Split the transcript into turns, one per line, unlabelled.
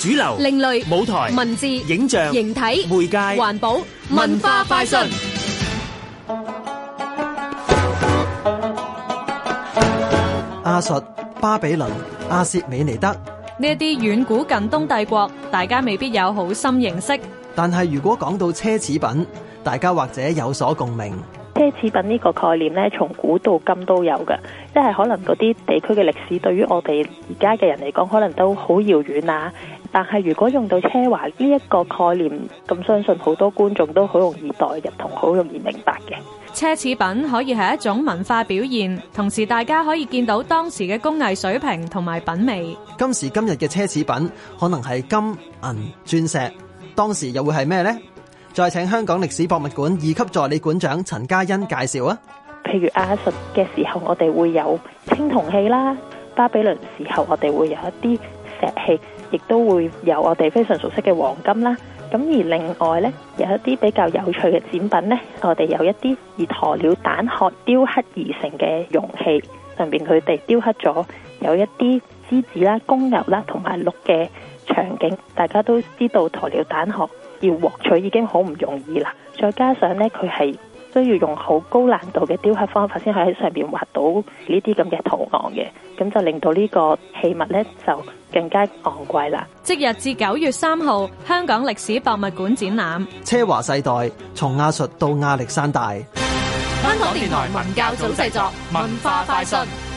主流、
另類
舞台、
文字、
影像、
形體、
媒介、
環保、
文化快訊。
亞述、巴比倫、亞瑟美尼德。
呢一啲遠古近東帝國，大家未必有好深認識。
但係如果講到奢侈品，大家或者有所共鳴。
奢侈品呢個概念呢，從古到今都有嘅，即係可能嗰啲地區嘅歷史對於我哋而家嘅人嚟講，可能都好遙遠啊。但係如果用到奢華呢一個概念，咁相信好多觀眾都好容易代入同好容易明白嘅。
奢侈品可以係一種文化表現，同時大家可以見到當時嘅工藝水平同埋品味。
今時今日嘅奢侈品可能係金、銀、鑽石，當時又會係咩呢？再請香港歷史博物館二級助理館長陳嘉欣介紹啊！
譬如亞述嘅時候，我哋會有青銅器啦；巴比倫時候，我哋會有一啲石器，亦都會有我哋非常熟悉嘅黃金啦。咁而另外呢，有一啲比較有趣嘅展品呢，我哋有一啲以鴕鳥蛋殼雕刻而成嘅容器，上邊佢哋雕刻咗有一啲獅子啦、公牛啦同埋鹿嘅場景。大家都知道鴕鳥蛋殼要獲取已經好唔容易啦，再加上呢，佢係需要用好高難度嘅雕刻方法先可以喺上邊畫到呢啲咁嘅圖案嘅，咁就令到呢個器物呢，就更加昂貴啦。
即日至九月三號，香港歷史博物館展覽。
奢華世代，從亞述到亞歷山大。
香港電台文教組製作，文化快訊。